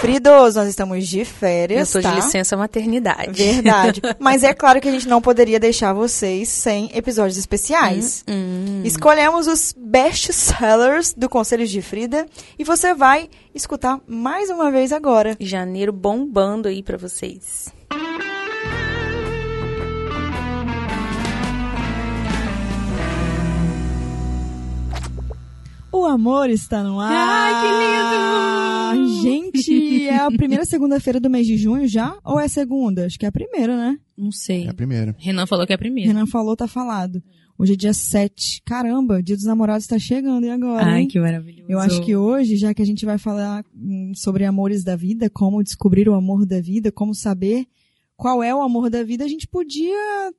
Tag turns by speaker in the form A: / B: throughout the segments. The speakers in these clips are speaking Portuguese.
A: Fridos, nós estamos de férias.
B: Eu sou
A: tá?
B: de licença maternidade.
A: Verdade. Mas é claro que a gente não poderia deixar vocês sem episódios especiais.
B: Hum,
A: Escolhemos os best sellers do Conselho de Frida e você vai escutar mais uma vez agora.
B: janeiro bombando aí pra vocês.
A: O amor está no ar.
B: Ai, que lindo!
A: Gente, é a primeira segunda-feira do mês de junho já? Ou é segunda? Acho que é a primeira, né?
C: Não sei.
D: É a primeira.
C: Renan falou que é a primeira.
A: Renan falou, tá falado. Hoje é dia 7. Caramba, dia dos namorados tá chegando, e agora? hein?
C: Ai, que maravilhoso.
A: Eu acho que hoje, já que a gente vai falar hum, sobre amores da vida, como descobrir o amor da vida, como saber qual é o amor da vida, a gente podia,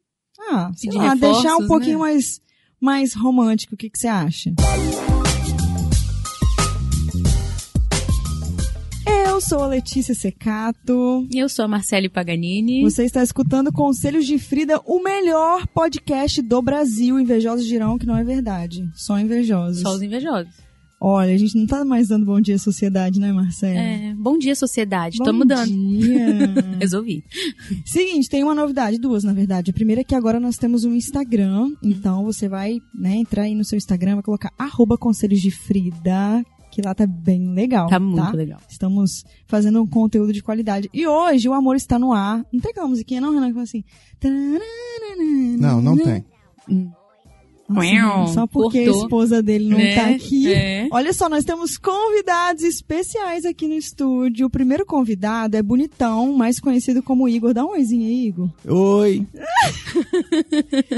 A: ah, sei
C: Pedir
A: lá,
C: reforços,
A: deixar um pouquinho
C: né?
A: mais, mais romântico. O que, que você acha? Eu sou a Letícia Secato.
C: Eu sou a Marcele Paganini.
A: Você está escutando Conselhos de Frida, o melhor podcast do Brasil. Invejosos dirão que não é verdade. Só invejosos.
C: Só os invejosos.
A: Olha, a gente não tá mais dando bom dia à sociedade, né, Marcela?
C: É, Bom dia, sociedade.
A: Bom
C: Tô mudando.
A: dia.
C: Resolvi.
A: Seguinte, tem uma novidade, duas na verdade. A primeira é que agora nós temos um Instagram, então você vai né, entrar aí no seu Instagram, vai colocar arroba conselhos de Frida, que lá tá bem legal.
C: Tá muito legal.
A: Estamos fazendo um conteúdo de qualidade. E hoje o amor está no ar. Não tem aquela musiquinha, não, Renan? Que fala assim.
D: Não, não tem.
A: Nossa, só porque
C: Cortou.
A: a esposa dele não
C: Né?
A: tá aqui.
C: É.
A: Olha só, nós temos convidados especiais aqui no estúdio. O primeiro convidado é Bonitão, mais conhecido como Igor. Dá um oizinho aí, Igor.
D: Oi!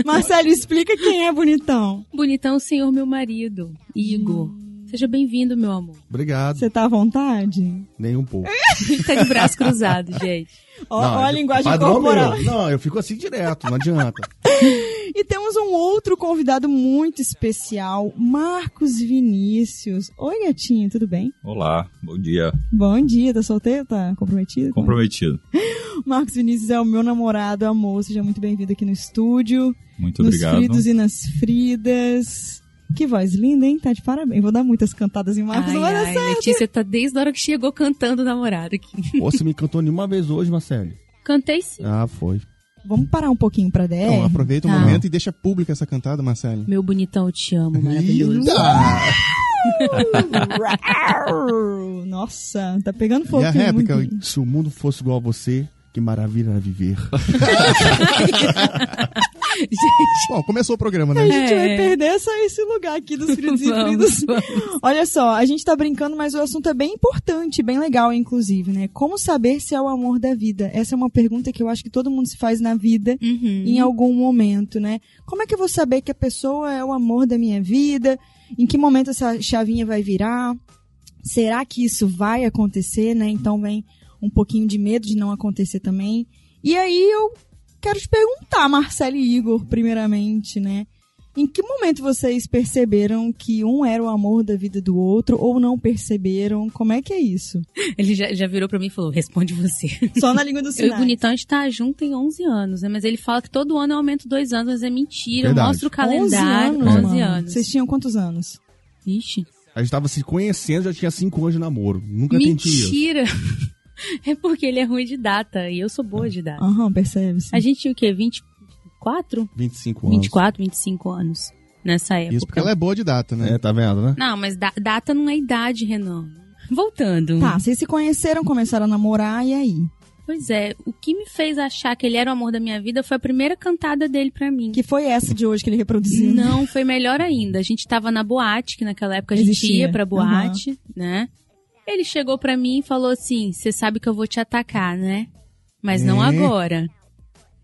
A: Marcelo, explica quem é Bonitão.
C: Bonitão, senhor meu marido. Igor.
A: Hum.
C: Seja bem-vindo, meu amor.
D: Obrigado.
A: Você tá à vontade?
D: Nem um pouco.
C: tá de braço cruzado, gente.
A: Ó,
D: Não,
A: ó a
D: é
A: linguagem
D: padrão
A: corporal.
D: meu. Não, eu fico assim direto, não adianta.
A: E temos um outro convidado muito especial, Marcos Vinícius. Oi, gatinho, tudo bem?
E: Olá, bom dia.
A: Bom dia, tá solteiro? Tá comprometido?
E: Comprometido.
A: Marcos Vinícius é o meu namorado, amor. Seja muito bem-vindo aqui no estúdio.
E: Muito
A: nos
E: obrigado.
A: fridos e nas fridas. Que voz linda, hein? Tá de parabéns. Vou dar muitas cantadas em Marcos.
C: ai,
A: Olha
C: ai, Letícia tá desde a hora que chegou cantando o namorado aqui.
D: Ô, Você me cantou nenhuma vez hoje, Marcelo.
C: Cantei sim.
D: Ah, foi.
A: Vamos parar um pouquinho pra
F: Então,
A: DR.
F: aproveita o
C: Tá.
F: momento e deixa pública essa cantada, Marcelo.
C: Meu bonitão, eu te amo, Hum, maravilhoso.
D: Linda!
A: Rau! Nossa, tá pegando fogo.
F: e a
A: aqui,
F: réplica,
A: muito-
F: se o mundo fosse igual a você, que maravilha era viver.
C: gente,
F: Bom, começou o programa,
A: A
F: né?
A: gente vai
C: É.
A: perder só esse lugar aqui dos fritos e fritas.
C: vamos, vamos.
A: Olha só, a gente tá brincando, mas o assunto é bem importante, bem legal, inclusive, né? Como saber se é o amor da vida? Essa é uma pergunta que eu acho que todo mundo se faz na vida.
C: Uhum.
A: em algum momento, né? Como é que eu vou saber que a pessoa é o amor da minha vida? Em que momento essa chavinha vai virar? Será que isso vai acontecer, né? Então vem um pouquinho de medo de não acontecer também. E aí eu quero te perguntar, Marcelo e Igor, primeiramente, né? Em que momento vocês perceberam que um era o amor da vida do outro ou não perceberam? Como é que é isso?
C: Ele já, já virou pra mim e falou: responde você.
A: Só na língua do
C: Eu e o
A: sinais.
C: Bonitão, a gente tá junto tem 11 anos, né? Mas ele fala que todo ano eu aumento dois anos, mas é mentira. Eu
F: Verdade.
C: mostro o calendário.
A: 11 anos.
C: 11
A: mano.
C: anos.
A: Vocês tinham quantos anos?
C: Ixi.
F: A gente tava se conhecendo, já tinha cinco anos de namoro. Nunca tentei isso.
C: Mentira! É porque ele é ruim de data e eu sou boa de data.
A: Aham, percebe-se.
C: A gente tinha o quê? 24?
F: 25 anos.
C: 24, 25 anos nessa época.
F: Isso porque ela é boa de data, né?
D: É, tá vendo, né?
C: Não, mas da- data não é idade, Renan. Voltando.
A: Tá, vocês se conheceram, começaram a namorar, e aí?
C: Pois é, o que me fez achar que ele era o amor da minha vida foi a primeira cantada dele pra mim.
A: Que foi essa de hoje que ele reproduziu?
C: Não, foi melhor ainda. A gente tava na boate, que naquela época a gente
A: Existia.
C: ia pra boate, né? Ele chegou pra mim e falou assim: Você sabe que eu vou te atacar, né? Mas não
F: É.
C: agora.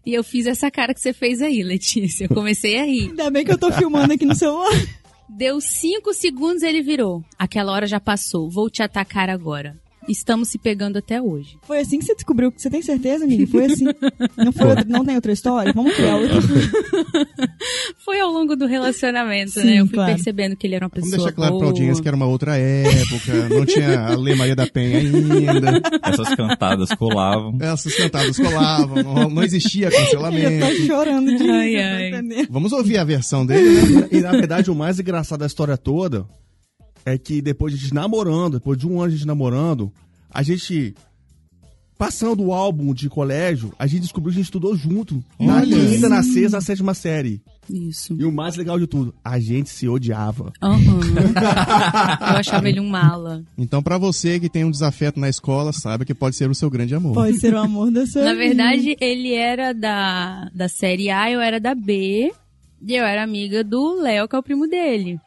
C: E eu fiz essa cara que você fez aí, Letícia. Eu comecei a rir.
A: Ainda bem que eu tô filmando aqui no celular.
C: Deu cinco segundos ele virou. Aquela hora já passou. Vou te atacar agora. Estamos se pegando até hoje.
A: Foi assim que você descobriu. Você tem certeza, amiga? Foi assim. Não, foi outra- não tem outra história? Vamos criar outra.
C: Foi ao longo do relacionamento,
A: Sim,
C: né? Eu fui
A: claro.
C: percebendo que ele era uma pessoa
F: Vamos deixar claro
C: boa.
F: pra audiência que era uma outra época, não tinha a Lei Maria da Penha ainda,
E: Essas cantadas colavam.
F: essas cantadas colavam, não- não existia
A: Eu tô
F: cancelamento.
A: chorando de rir,
C: Ai,
A: você tá
C: ai.
A: entendendo?
F: Vamos ouvir a versão dele, né?
D: E na verdade, o mais engraçado da história toda é que depois de a gente namorando, depois de um ano de a gente namorando,
F: A gente, passando o álbum de colégio, a gente descobriu que a gente estudou junto. Na
D: Olha.
F: quinta, na sexta, na sétima série.
C: Isso.
F: E o mais legal de tudo, a gente se odiava.
C: Aham. Eu achava ele um mala.
F: Então, para você que tem um desafeto na escola, saiba que pode ser o seu grande amor.
A: Pode ser o amor da sua
C: Na
A: vida.
C: verdade, ele era da, da série A, eu era da B. E eu era amiga do Léo, que é o primo dele.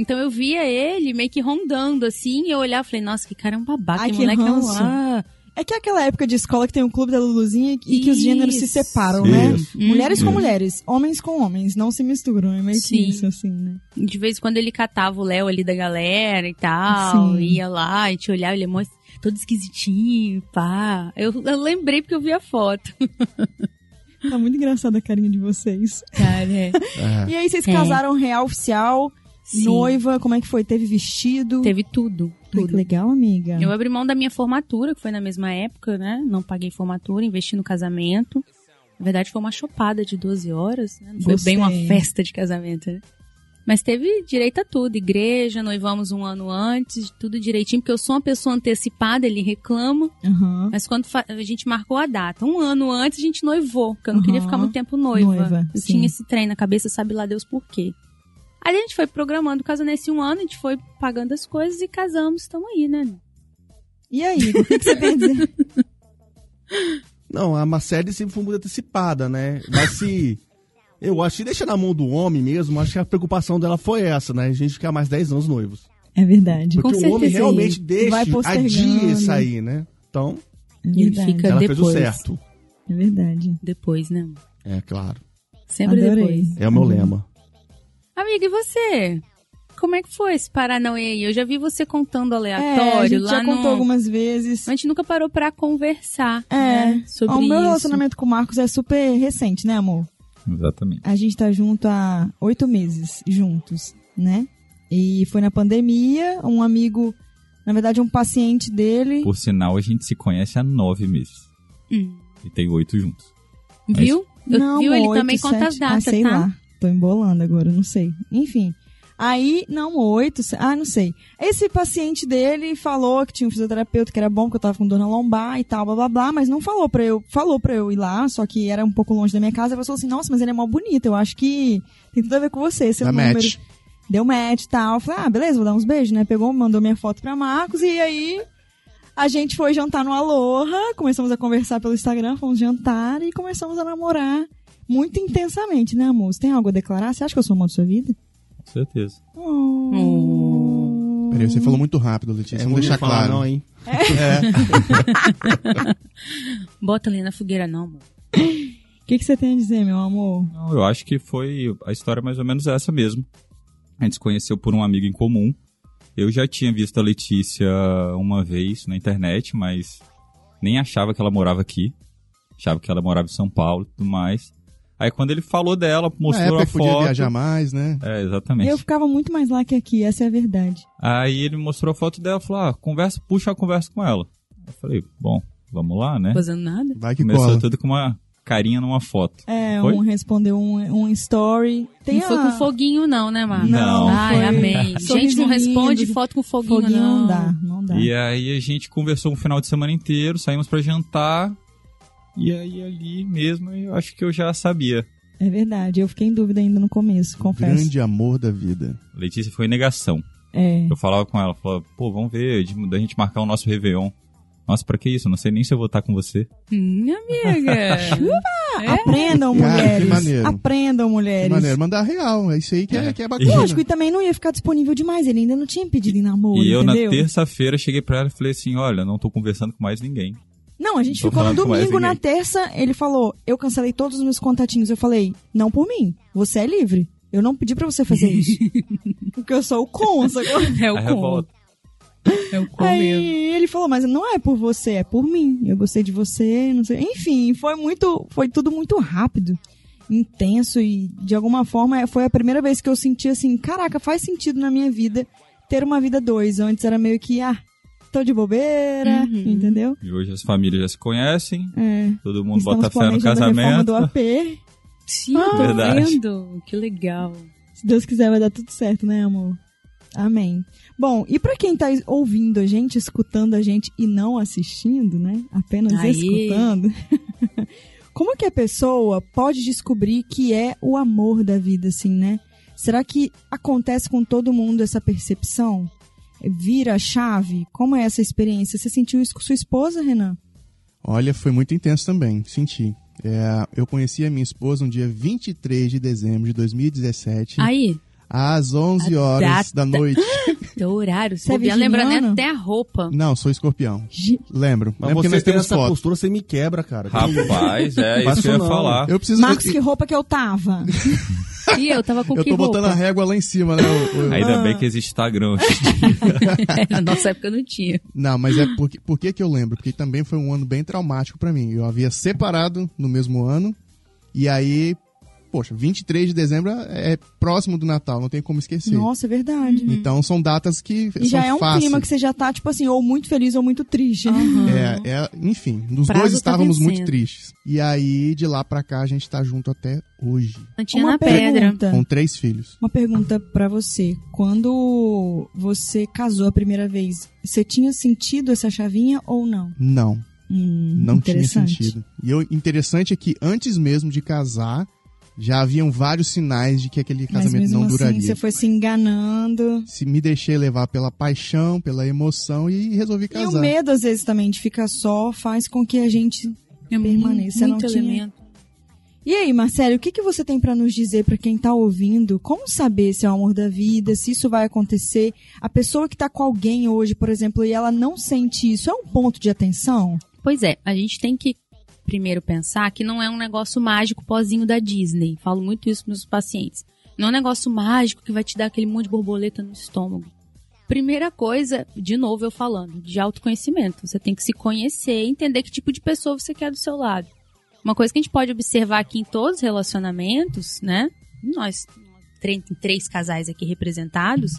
C: Então eu via ele meio que rondando assim, e eu olhava e falei, nossa, que cara é um babaca,
A: Ai,
C: que
A: que
C: moleque é um.
A: ranço.
C: Ah.
A: É que é aquela época de escola que tem o clube da Luluzinha e que os gêneros se
C: Isso. Uhum.
A: separam, né?
D: Isso.
A: Mulheres com
E: Hum.
A: mulheres, homens com homens, não se misturam. É meio
C: Sim.
A: que isso, assim, né?
C: De vez em quando ele catava o Léo ali da galera e tal,
A: Sim.
C: ia lá e te olhava, ele é mó- todo esquisitinho, pá. Eu, eu lembrei porque eu vi a foto.
A: Tá muito engraçada a carinha de vocês.
C: Cara, é.
A: E aí, vocês
C: É.
A: casaram real oficial,
C: Sim.
A: noiva, como é que foi? Teve vestido?
C: Teve tudo,
A: Ai, que
C: tudo.
A: legal, amiga.
C: Eu abri mão da minha formatura, que foi na mesma época, né? Não paguei formatura, investi no casamento. Na verdade, foi uma chopada de 12 horas, né? Não foi
A: Gostei.
C: bem uma festa de casamento, né? Mas teve direito a tudo, igreja, noivamos um ano antes, tudo direitinho, porque eu sou uma pessoa antecipada, ele reclama,
A: Aham.
C: mas quando fa- a gente marcou a data, um ano antes a gente noivou, porque eu não
A: Uhum.
C: queria ficar muito tempo noiva.
A: Noiva,
C: eu
A: sim.
C: tinha esse trem na cabeça, sabe lá Deus por quê. Aí a gente foi programando o caso nesse um ano, a gente foi pagando as coisas e casamos, estamos aí, né?
A: E aí, Igor, o que, que você tem a dizer?
F: Não, a Marcele sempre foi muito antecipada, né? Mas se. Eu acho que deixa na mão do homem mesmo, acho que a preocupação dela foi essa, né? A gente ficar mais 10 anos noivos.
A: É verdade.
F: Porque
A: Com
F: o homem
C: é
A: certeza,
F: realmente
A: Igor.
F: deixa
A: Vai
F: a
A: postergando.
F: dia sair, né? Então,
A: É
C: Ele
A: verdade.
C: fica-
F: ela fez o
C: Depois.
F: certo.
A: É verdade.
C: Depois, né?
F: É, claro.
C: Sempre
A: Adorei.
C: depois.
F: É o meu lema.
C: Amiga, e você? Como é que foi esse Paranauê aí? Eu já vi você contando
A: É, a
C: aleatório
A: gente
C: lá
A: já
C: no...
A: contou algumas vezes.
C: A gente nunca parou pra conversar
A: É.
C: né, sobre
A: Ó, o meu
C: isso.
A: relacionamento com o Marcos é super recente, né, amor?
E: Exatamente.
A: A gente tá junto há oito meses, juntos, né? E foi na pandemia, um amigo, na verdade, um paciente dele.
E: Por sinal, a gente se conhece há nove meses.
C: Hum.
E: E tem oito juntos.
C: Viu? Eu-
A: Não,
C: viu? Ele
A: oito,
C: também conta as
A: sete-
C: datas,
A: ah, sei
C: tá?
A: lá. Tô embolando agora, não sei. Enfim. Aí, não, oito, se- ah, não sei. Esse paciente dele falou que tinha um fisioterapeuta que era bom, que eu tava com dor na lombar e tal, blá blá blá, mas não falou pra eu, falou pra eu ir lá, só que era um pouco longe da minha casa. Ela falou assim: nossa, mas ele é mó bonito, eu acho que tem tudo a ver com você, seu
F: Dá
A: número.
F: match.
A: Deu match e tal. Eu Falei, ah, beleza, vou dar uns beijos, né? Pegou, mandou minha foto pra Marcos e aí a gente foi jantar no Aloha, começamos a conversar pelo Instagram, fomos jantar e começamos a namorar muito intensamente, né, amor? Você tem algo a declarar? Você acha que eu sou o amor da sua vida?
E: Com certeza. Hum.
A: Oh.
F: Peraí, você falou muito rápido,
D: É,
F: Letícia. Vamos deixar claro. Não, hein?
C: Bota ali na fogueira, não, amor.
A: O que, que você tem a dizer, meu amor?
E: Não, Então, eu acho que foi a história mais ou menos essa mesmo. A gente se conheceu por um amigo em comum. Eu já tinha visto a Letícia uma vez na internet, mas nem achava que ela morava aqui. Achava que ela morava em São Paulo e tudo mais. Aí quando ele falou dela,
F: Na
E: mostrou
F: época
E: a
F: que podia
E: foto.
F: viajar mais, né?
E: É, exatamente.
A: Eu ficava muito mais lá que aqui, essa é a verdade.
E: Aí ele mostrou a foto dela e falou: ah, conversa, puxa a conversa com ela. Eu falei, bom, vamos lá, né?
C: Fazendo nada?
F: Vai que
E: Começou
F: cola.
E: tudo com uma carinha numa foto.
A: É,
E: Foi?
A: um respondeu um, um story. Tem
C: não foi
A: a-
C: com foguinho, não, né, Marcos?
E: Não,
C: Ai,
A: foi-
C: amém. Gente,
A: Sorriso
C: não responde
A: lindo.
C: foto com foguinho,
A: foguinho
C: não.
A: não dá, não
F: É.
A: dá.
E: E aí a gente conversou um final de semana inteiro, saímos pra jantar. E aí ali mesmo eu acho que eu já sabia.
A: É verdade, eu fiquei em dúvida ainda no começo, confesso.
F: Grande amor da vida.
E: Letícia foi em negação.
A: É.
E: Eu falava com ela, falava, pô, vamos ver, de- da gente marcar o nosso Réveillon. Nossa, pra que isso? Eu Não sei nem se eu vou estar com você.
C: Minha amiga. é?
A: Aprendam,
F: Cara, Ah, que
A: mulheres.
F: maneiro.
A: Aprendam,
F: Que
A: mulheres.
F: maneiro, mandar real. É isso aí que é, que é bacana.
A: Lógico, e também não ia ficar disponível demais, ele ainda não tinha pedido em namoro,
E: e eu
A: entendeu?
E: na terça-feira cheguei pra ela e falei assim, olha, não tô conversando com mais ninguém.
A: Não, a gente
E: Tô
A: ficou no
E: falando com mais
A: domingo, na
E: ninguém.
A: terça, ele falou, eu cancelei todos os meus contatinhos. Eu falei, não por mim, você é livre. Eu não pedi pra você fazer isso. Porque eu sou o com, sacou?
C: É o
E: a
C: com.
E: revolta.
C: É o com mesmo.
A: Aí ele falou, mas não é por você, é por mim. Eu gostei de você, não sei. Enfim, foi muito, foi tudo muito rápido, intenso e de alguma forma é- foi a primeira vez que eu senti assim, caraca, faz sentido na minha vida ter uma vida dois. Antes era meio que ah, tô de bobeira,
C: Uhum.
A: entendeu?
E: E hoje as famílias já se conhecem,
A: É.
E: todo mundo
A: Estamos
E: bota fé no
A: planejando a reforma
E: casamento.
A: do AP.
C: Sim, tô
E: Verdade.
C: vendo. Que legal.
A: Se Deus quiser vai dar tudo certo, né, amor? Amém. Bom, e pra quem tá ouvindo a gente, escutando a gente e não assistindo, né? Apenas
C: Aí.
A: escutando. Como que a pessoa pode descobrir que é o amor da vida, assim, né? Será que acontece com todo mundo essa percepção? Vira a chave? Como é essa experiência? Você sentiu isso com sua esposa, Renan?
G: Olha, foi muito intenso também, senti. É, eu conheci a minha esposa no dia 23 de dezembro de 2017,
C: Aí,
G: às 11 horas
C: data.
G: da noite.
C: teu horário.
A: Você é
C: Você lembra né,
A: virginiano?
C: até a roupa.
G: Não, sou escorpião.
A: Gi-
G: Lembro.
F: Mas
G: é porque
F: você
G: nós
F: tem
G: temos
F: essa
G: foto.
F: postura, você me quebra, cara.
E: Rapaz, é
F: Faço
E: isso que eu ia
F: não.
E: falar.
G: Eu preciso.
A: Marcos,
G: eu,
A: que roupa que eu tava?
C: E eu tava com
G: eu
C: que
G: tô
C: roupa?
G: botando a régua lá em cima, né? o- o-
A: Ah.
E: Ainda bem que existe Instagram.
C: Na nossa época não tinha.
G: Não, mas é porque, por que que eu lembro? Porque também foi um ano bem traumático pra mim. Eu havia separado no mesmo ano, e aí, poxa, 23 de dezembro é próximo do Natal, não tem como esquecer.
A: Nossa, é verdade.
G: Então são datas que
A: E
G: são
A: já é um
G: fáceis.
A: clima que você já tá, tipo assim, ou muito feliz ou muito triste. né?
G: É, é, enfim, nos
C: Prazo
G: dois
C: tá
G: estávamos muito
C: vencendo.
G: tristes. E aí, de lá pra cá, a gente tá junto até hoje.
C: Não tinha
A: Uma
C: na pedra.
A: pergunta.
G: Com três filhos.
A: Uma pergunta pra você. Quando você casou a primeira vez, você tinha sentido essa chavinha ou não?
G: Não,
A: Hum,
G: não tinha
A: interessante.
G: sentido. E o interessante é que antes mesmo de casar, já haviam vários sinais de que aquele
A: Mas
G: casamento
A: mesmo
G: não
A: assim,
G: duraria.
A: você foi se enganando.
G: Se me deixei levar pela paixão, pela emoção e resolvi
A: E
G: casar.
A: o medo, às vezes, também de ficar só faz com que a gente.
C: É
A: Permanência não
C: muito
A: tinha.
C: elemento.
A: E aí, Marcelo, o que, que você tem pra nos dizer pra quem tá ouvindo? Como saber se é o amor da vida, se isso vai acontecer? A pessoa que tá com alguém hoje, por exemplo, e ela não sente isso, é um ponto de atenção?
C: Pois é, a gente tem que primeiro pensar que não é um negócio mágico pozinho da Disney. Falo muito isso para meus pacientes. Não é um negócio mágico que vai te dar aquele monte de borboleta no estômago. Primeira coisa, de novo eu falando, de autoconhecimento. Você tem que se conhecer, entender que tipo de pessoa você quer do seu lado. Uma coisa que a gente pode observar aqui em todos os relacionamentos, né? Nós, tre- três casais aqui representados,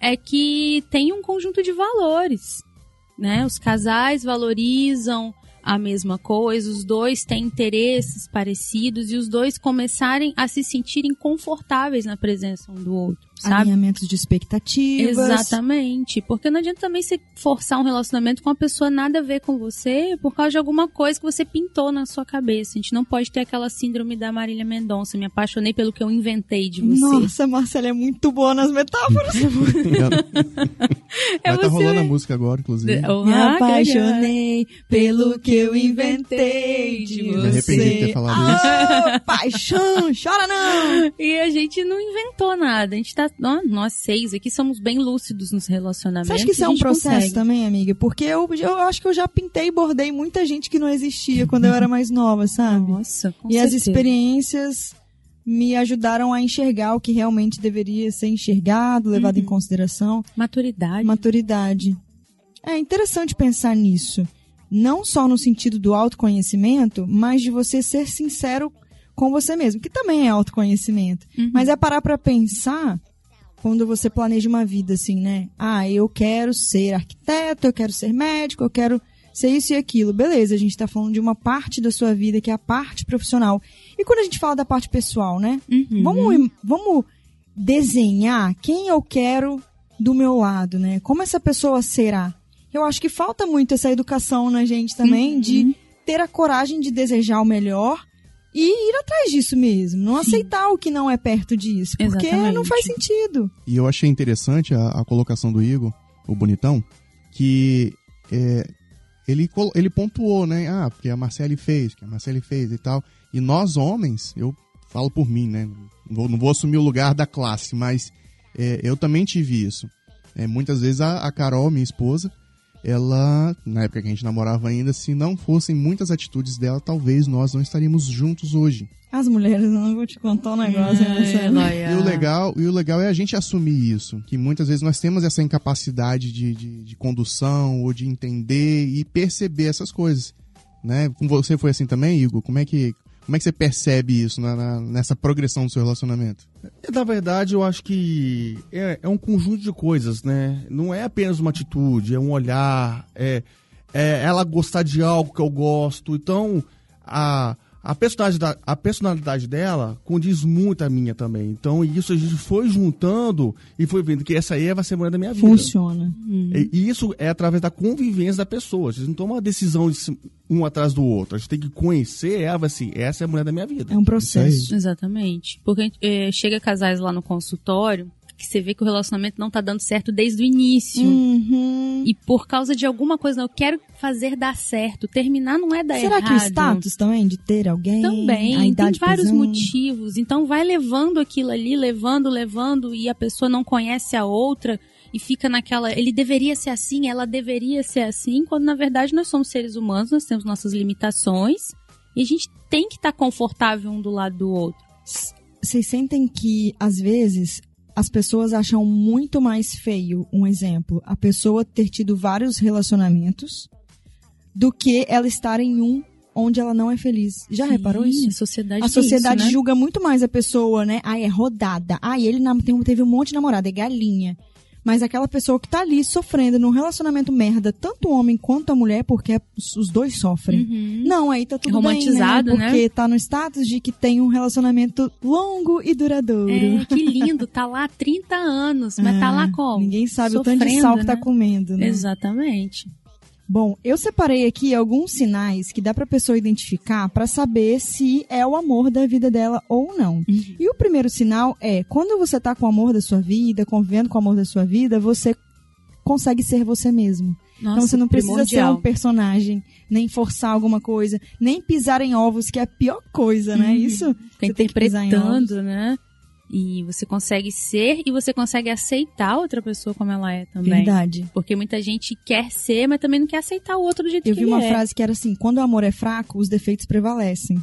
C: é que tem um conjunto de valores né? Os casais valorizam a mesma coisa, os dois têm interesses parecidos e os dois começarem a se sentirem confortáveis na presença um do outro, sabe?
A: Alinhamento de expectativas.
C: Exatamente. Porque não adianta também você forçar um relacionamento com uma pessoa nada a ver com você por causa de alguma coisa que você pintou na sua cabeça. A gente não pode ter aquela síndrome da Marília Mendonça. Me apaixonei pelo que eu inventei de você.
A: Nossa, Marcela é muito boa nas metáforas.
C: É
G: Vai tá
C: você
G: rolando a
A: né?
C: mesmo.
G: música agora, inclusive.
C: Oh,
A: Me
C: ah, que legal.
A: apaixonei pelo que eu inventei de
C: Me
A: você.
G: arrependi de ter falado
A: Ah, paixão, chora não!
C: E a gente não inventou nada. A gente tá. nó- Nós seis aqui somos bem lúcidos nos relacionamentos.
A: Você acha que isso
C: e
A: é
C: a
A: um
C: gente
A: processo
C: consegue.
A: também, amiga? Porque eu, eu acho que eu já pintei e bordei muita gente que não existia quando eu era mais nova, sabe?
C: Nossa, com
A: e as
C: certeza.
A: experiências me ajudaram a enxergar o que realmente deveria ser enxergado, levado em
C: Uhum.
A: consideração.
C: Maturidade.
A: maturidade. É interessante pensar nisso. Não só no sentido do autoconhecimento, mas de você ser sincero com você mesmo, que também é autoconhecimento.
C: Uhum.
A: Mas é parar pra pensar quando você planeja uma vida assim, né? Ah, eu quero ser arquiteto, eu quero ser médico, eu quero ser isso e aquilo. Beleza, a gente tá falando de uma parte da sua vida que é a parte profissional. E quando a gente fala da parte pessoal, né?
C: Uhum.
A: Vamos, im- vamos desenhar quem eu quero do meu lado, né? Como essa pessoa será? Eu acho que falta muito essa educação na gente também
C: Uhum.
A: de ter a coragem de desejar o melhor e ir atrás disso mesmo. Não aceitar o que não é perto disso, porque não
C: Exatamente.
A: faz sentido.
G: E eu achei interessante a, a colocação do Igor, o bonitão, que é, ele, colo- ele pontuou, né? Ah, porque a Marcele fez, que a Marcele fez e tal. E nós homens, eu falo por mim, né? Não vou, não vou assumir o lugar da classe, mas é, eu também tive isso. É, muitas vezes a, a Carol, minha esposa, ela, na época que a gente namorava ainda, se não fossem muitas atitudes dela, talvez nós não estaríamos juntos hoje.
A: As mulheres, eu não vou te contar um negócio, né,
C: Ai,
A: Marcelo?
C: Eloia.
G: E o legal, e o legal é a gente assumir isso, que muitas vezes nós temos essa incapacidade de, de, de condução ou de entender e perceber essas coisas, né? Com você foi assim também, Igor? Como é que como é que você percebe isso na- na- nessa progressão do seu relacionamento?
F: Na verdade, eu acho que é, é um conjunto de coisas, né? Não é apenas uma atitude, é um olhar, é, é ela gostar de algo que eu gosto. Então, a, A personalidade, da- a personalidade dela condiz muito a minha também. Então, isso a gente foi juntando e foi vendo que essa aí vai ser a mulher da minha vida.
A: Funciona.
F: E e isso é através da convivência da pessoa. A gente não toma uma decisão de se- um atrás do outro. A gente tem que conhecer ela, vai assim, essa é a mulher da minha vida.
A: É um processo.
C: Exatamente. Porque eh, chega casais lá no consultório que você vê que o relacionamento não tá dando certo desde o início.
A: Uhum.
C: E por causa de alguma coisa, não, eu quero fazer dar certo. Terminar não é dar
A: Será
C: errado.
A: que o status também de ter alguém?
C: Também,
A: a
C: tem
A: idade
C: vários
A: pesando?
C: motivos. Então vai levando aquilo ali, levando, levando, e a pessoa não conhece a outra e fica naquela. Ele deveria ser assim, ela deveria ser assim, quando na verdade nós somos seres humanos, nós temos nossas limitações e a gente tem que estar confortável um do lado do outro.
A: Vocês sentem que, às vezes, as pessoas acham muito mais feio, um exemplo, a pessoa ter tido vários relacionamentos do que ela estar em um onde ela não é feliz. Já reparou isso?
C: A sociedade,
A: A
C: tem
A: sociedade
C: isso, é né?
A: julga muito mais a pessoa, né? Ai, é rodada. Ai, ele nam- tem um- teve um monte de namorada, é galinha. Mas aquela pessoa que tá ali sofrendo num relacionamento merda, tanto o homem quanto a mulher, porque os os dois sofrem.
C: Uhum.
A: Não, aí tá tudo
C: Romantizado,
A: bem, né?
C: né?
A: Porque tá no status de que tem um relacionamento longo e duradouro.
C: É, que lindo, tá lá há 30 anos, mas tá lá
A: É,
C: como?
A: Ah, Ninguém sabe o tanto de
C: Sofrendo,
A: sal que tá
C: né?
A: comendo, né?
C: Exatamente.
A: Bom, eu separei aqui alguns sinais que dá pra pessoa identificar pra saber se é o amor da vida dela ou
C: Uhum.
A: não. E o primeiro sinal é quando você tá com o amor da sua vida, convivendo com o amor da sua vida, você consegue ser você mesmo.
C: Nossa,
A: Então você não precisa
C: primordial.
A: ser um personagem, nem forçar alguma coisa, nem pisar em ovos, que é a pior coisa, né?
C: Uhum.
A: Isso
C: Fica
A: Você tem que pisar em
C: interpretando, né? E você consegue ser e você consegue aceitar a outra pessoa como ela é também.
A: verdade.
C: Porque muita gente quer ser, mas também não quer aceitar o outro do jeito
A: Eu
C: que
A: vi
C: ele
A: uma
C: é.
A: frase que era assim: quando o amor é fraco, os defeitos prevalecem.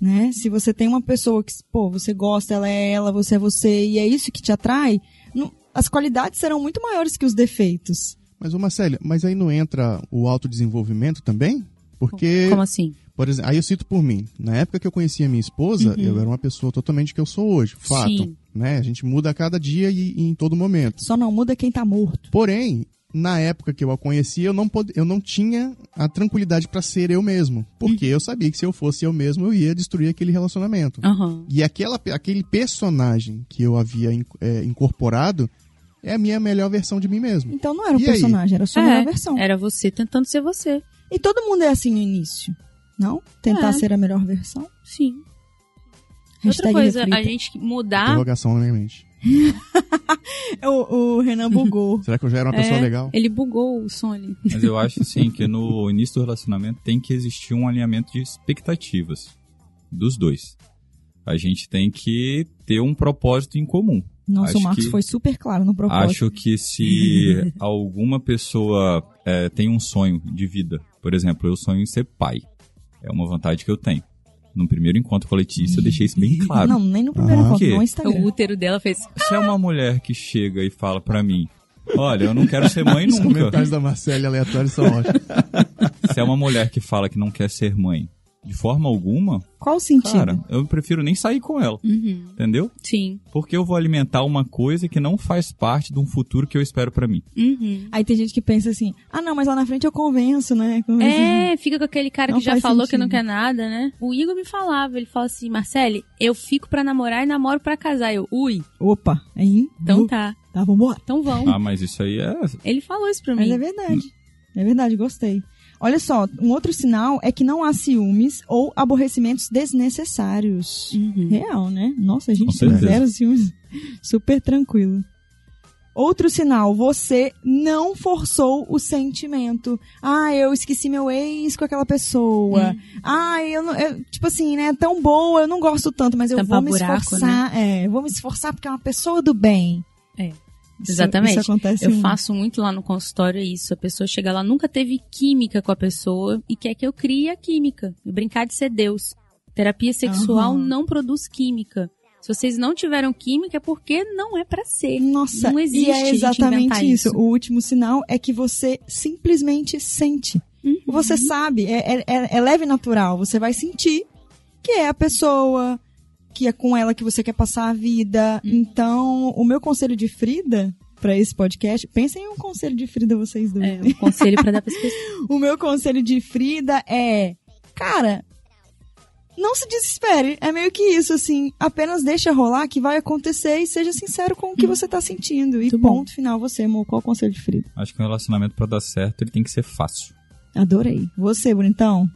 A: Né? Se você tem uma pessoa que, pô, você gosta, ela é ela, você é você, e é isso que te atrai, não- as qualidades serão muito maiores que os defeitos.
G: Mas, ô Marcelo, mas aí não entra o autodesenvolvimento também? Porque,
C: Como assim?
G: por exemplo, aí eu cito por mim. Na época que eu conheci a minha esposa,
C: Uhum.
G: eu era uma pessoa totalmente que eu sou hoje. Fato.
C: Sim.
G: Né? A gente muda a cada dia e, e em todo momento.
A: Só não muda quem tá morto.
G: Porém, na época que eu a conheci, eu não, pod... eu não tinha a tranquilidade pra ser eu mesmo. Porque eu sabia que se eu fosse eu mesmo, eu ia destruir aquele relacionamento.
C: Aham.
G: E aquela, aquele personagem que eu havia in- é, incorporado é a minha melhor versão de mim mesmo.
A: Então não era um
G: E aí?
A: personagem, era só
C: É.
A: uma melhor versão.
C: Era você tentando ser você.
A: E todo mundo é assim no início, não? Tentar
C: É.
A: ser a melhor versão.
C: Sim.
A: Hashtag
C: Outra coisa,
A: reflita.
C: a gente mudar.
G: Interrogação na minha mente.
A: O, o Renan bugou.
G: Será que eu já era uma pessoa
C: É.
G: legal?
C: Ele bugou o som ali.
E: Mas eu acho, assim, que no início do relacionamento tem que existir um alinhamento de expectativas dos dois. A gente tem que ter um propósito em comum.
A: Nossa,
E: Acho
A: o Marcos
E: que-
A: foi super claro no propósito.
E: Acho que se alguma pessoa é, tem um sonho de vida, por exemplo, eu sonho em ser pai. É uma vontade que eu tenho. No primeiro encontro com a Letícia, eu deixei isso bem claro.
A: Não, nem no primeiro
G: Ah.
A: encontro,
E: Por quê?
A: não no
C: O
A: Instagram.
C: útero dela fez.
E: Se é uma mulher que chega e fala pra mim, olha, eu não quero ser mãe
G: Os
E: nunca.
G: comentários da Marcela aleatórios são ótimos.
E: Se é uma mulher que fala que não quer ser mãe de forma alguma,
A: Qual o sentido?
E: cara, eu prefiro nem sair com ela,
C: Uhum.
E: entendeu?
C: Sim.
E: Porque eu vou alimentar uma coisa que não faz parte de um futuro que eu espero pra mim.
C: Uhum.
A: Aí tem gente que pensa assim, ah não, mas lá na frente eu convenço, né? Convenço.
C: É, fica com aquele cara
A: Não
C: que já
A: faz
C: falou que
A: sentido.
C: não quer nada, né? O Igor me falava, ele fala assim, Marcele, eu fico pra namorar e namoro pra casar. Eu, ui,
A: Opa, aí,
C: então
A: uh,
C: tá,
A: tá, vambora.
C: então vão.
E: Ah, mas isso aí é.
C: Ele falou isso pra
A: Mas é
C: mim.
A: verdade, é verdade, gostei. Olha só, um outro sinal é que não há ciúmes ou aborrecimentos desnecessários.
C: Uhum.
A: Real, né? Nossa, a gente
E: Com
A: tem
E: certeza.
A: zero ciúmes. Super tranquilo. Outro sinal, você não forçou o sentimento. Ah, eu esqueci meu ex com aquela pessoa.
C: Hum.
A: Ah, eu, não- eu- tipo assim, né? é Tão boa, eu não gosto tanto, mas eu
C: Tampar
A: vou me
C: buraco, né?
A: esforçar. É, eu vou me esforçar porque é uma pessoa do bem.
C: É,
A: Isso-
C: exatamente.
A: isso acontece
C: Eu
A: muito.
C: faço muito lá no consultório é isso. A pessoa chega lá, nunca teve química com a pessoa e quer que eu crie a química. E Brincar de ser Deus. Terapia sexual
A: Aham.
C: não produz química. Se vocês não tiveram química é porque não é pra ser.
A: Nossa,
C: Não existe
A: e
C: a
A: é
C: gente
A: exatamente
C: inventar
A: isso.
C: isso.
A: O último sinal é que você simplesmente sente.
C: Uhum.
A: Você sabe, é, é- é- é leve e natural. Você vai sentir que é a pessoa, que é com ela que você quer passar a vida.
C: Uhum.
A: Então, o meu conselho de Frida para esse podcast, pensem em um conselho de Frida vocês dois.
C: É, um conselho pra dar pras pessoas.
A: O meu conselho de Frida é, cara, não se desespere. É meio que isso, assim. Apenas deixa rolar que vai acontecer e seja sincero com o que você tá sentindo. E
C: Uhum. Muito bom.
A: ponto final, você, amor. Qual o conselho de Frida?
E: Acho que um relacionamento pra dar certo, ele tem que ser fácil.
A: Adorei. Você, bonitão?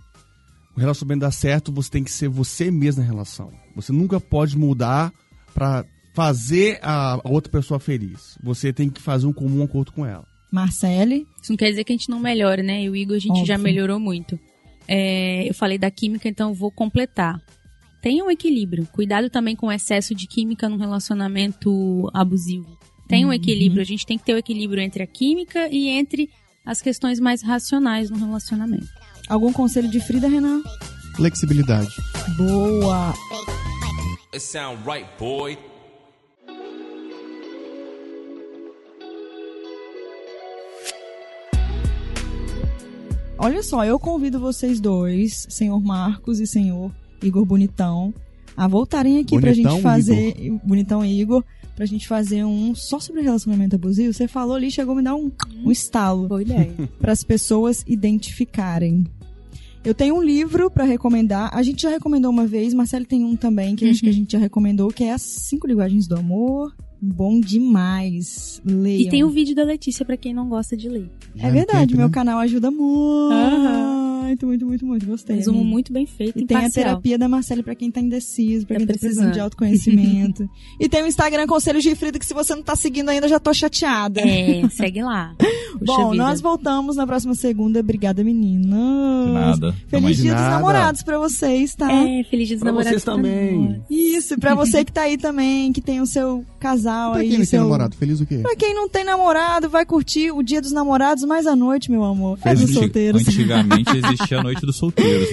F: O relacionamento dá certo, você tem que ser você mesmo na relação. Você nunca pode mudar pra fazer a a outra pessoa feliz. Você tem que fazer um comum acordo com ela.
A: Marcele?
C: Isso não quer dizer que a gente não melhore, né? E o Igor a gente já
A: Óbvio.
C: melhorou muito. É, eu falei da química, então eu vou completar. Tenha um equilíbrio. Cuidado também com o excesso de química num relacionamento abusivo. Tem
A: Uhum.
C: um equilíbrio. A gente tem que ter o equilíbrio entre a química e entre as questões mais racionais no relacionamento.
A: Algum conselho de Frida, Renan?
G: Flexibilidade.
A: Boa!
H: It sound right, boy.
A: Olha só, eu convido vocês dois, senhor Marcos e senhor Igor Bonitão, a voltarem aqui pra
G: Bonitão,
A: gente fazer. Bonitão e Igor, pra gente fazer um só sobre relacionamento abusivo. Você falou ali, chegou a me dar um, um estalo.
B: Boa ideia.
A: para as pessoas identificarem. Eu tenho um livro para recomendar. A gente já recomendou uma vez, Marcelo tem um também que eu
C: Uhum.
A: acho que a gente já recomendou, que é As Cinco Linguagens do Amor. Bom demais. Leiam.
C: E tem o vídeo da Letícia pra quem não gosta de ler.
G: Já
A: É
G: no
A: verdade,
G: camp,
A: meu
G: né?
A: canal ajuda muito.
C: Aham.
A: Muito, muito, muito, muito. Gostei.
C: Resumo
A: amiga.
C: muito bem feito,
A: E tem a
C: imparcial.
A: terapia da Marcela pra quem tá indeciso, pra
C: Tá
A: quem tá precisando
C: precisando.
A: de autoconhecimento. e tem o Instagram Conselhos de Frida, que se você não tá seguindo ainda, eu já tô chateada.
C: É, segue lá. Puxa
A: Bom,
C: vida.
A: nós voltamos na próxima segunda. Obrigada, meninas.
E: Nada. Tamo aí.
A: Feliz dia dos
F: nada.
A: namorados pra vocês, tá?
C: É, feliz dia dos
F: Pra
C: namorados.
F: vocês também.
A: Isso, e pra você que tá aí também, que tem o seu casal
G: Pra
A: aí.
G: quem não tem
A: seu...
G: namorado, feliz o quê?
A: Pra quem não tem namorado, vai curtir o dia dos namorados mais à noite, meu amor. É dos
E: Anti-
A: solteiros.
E: Antigamente existia a noite dos solteiros,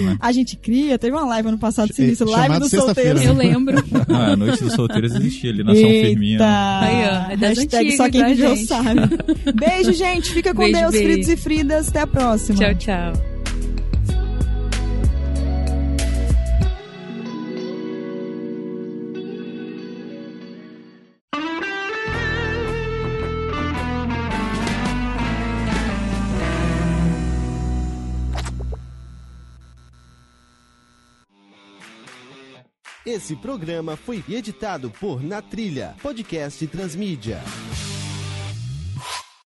E: né?
A: A gente cria, teve uma live ano passado,
G: Ch-
A: sinistro,
G: é,
A: live
G: chamado
A: dos solteiros.
G: sexta-feira.
C: Eu lembro.
E: Ah, a noite dos solteiros existia ali na São Firmino.
A: Eita!
C: Aí, ó, é das
A: Hashtag só
C: antigas,
A: quem
C: tá,
A: viveu
C: gente?
A: sabe. Beijo, gente. Fica com
C: Beijo,
A: Deus,
C: beijo.
A: Fridos e Fridas. Até a próxima.
C: tchau, tchau.
I: Esse programa foi editado por Na Trilha, podcast Transmídia.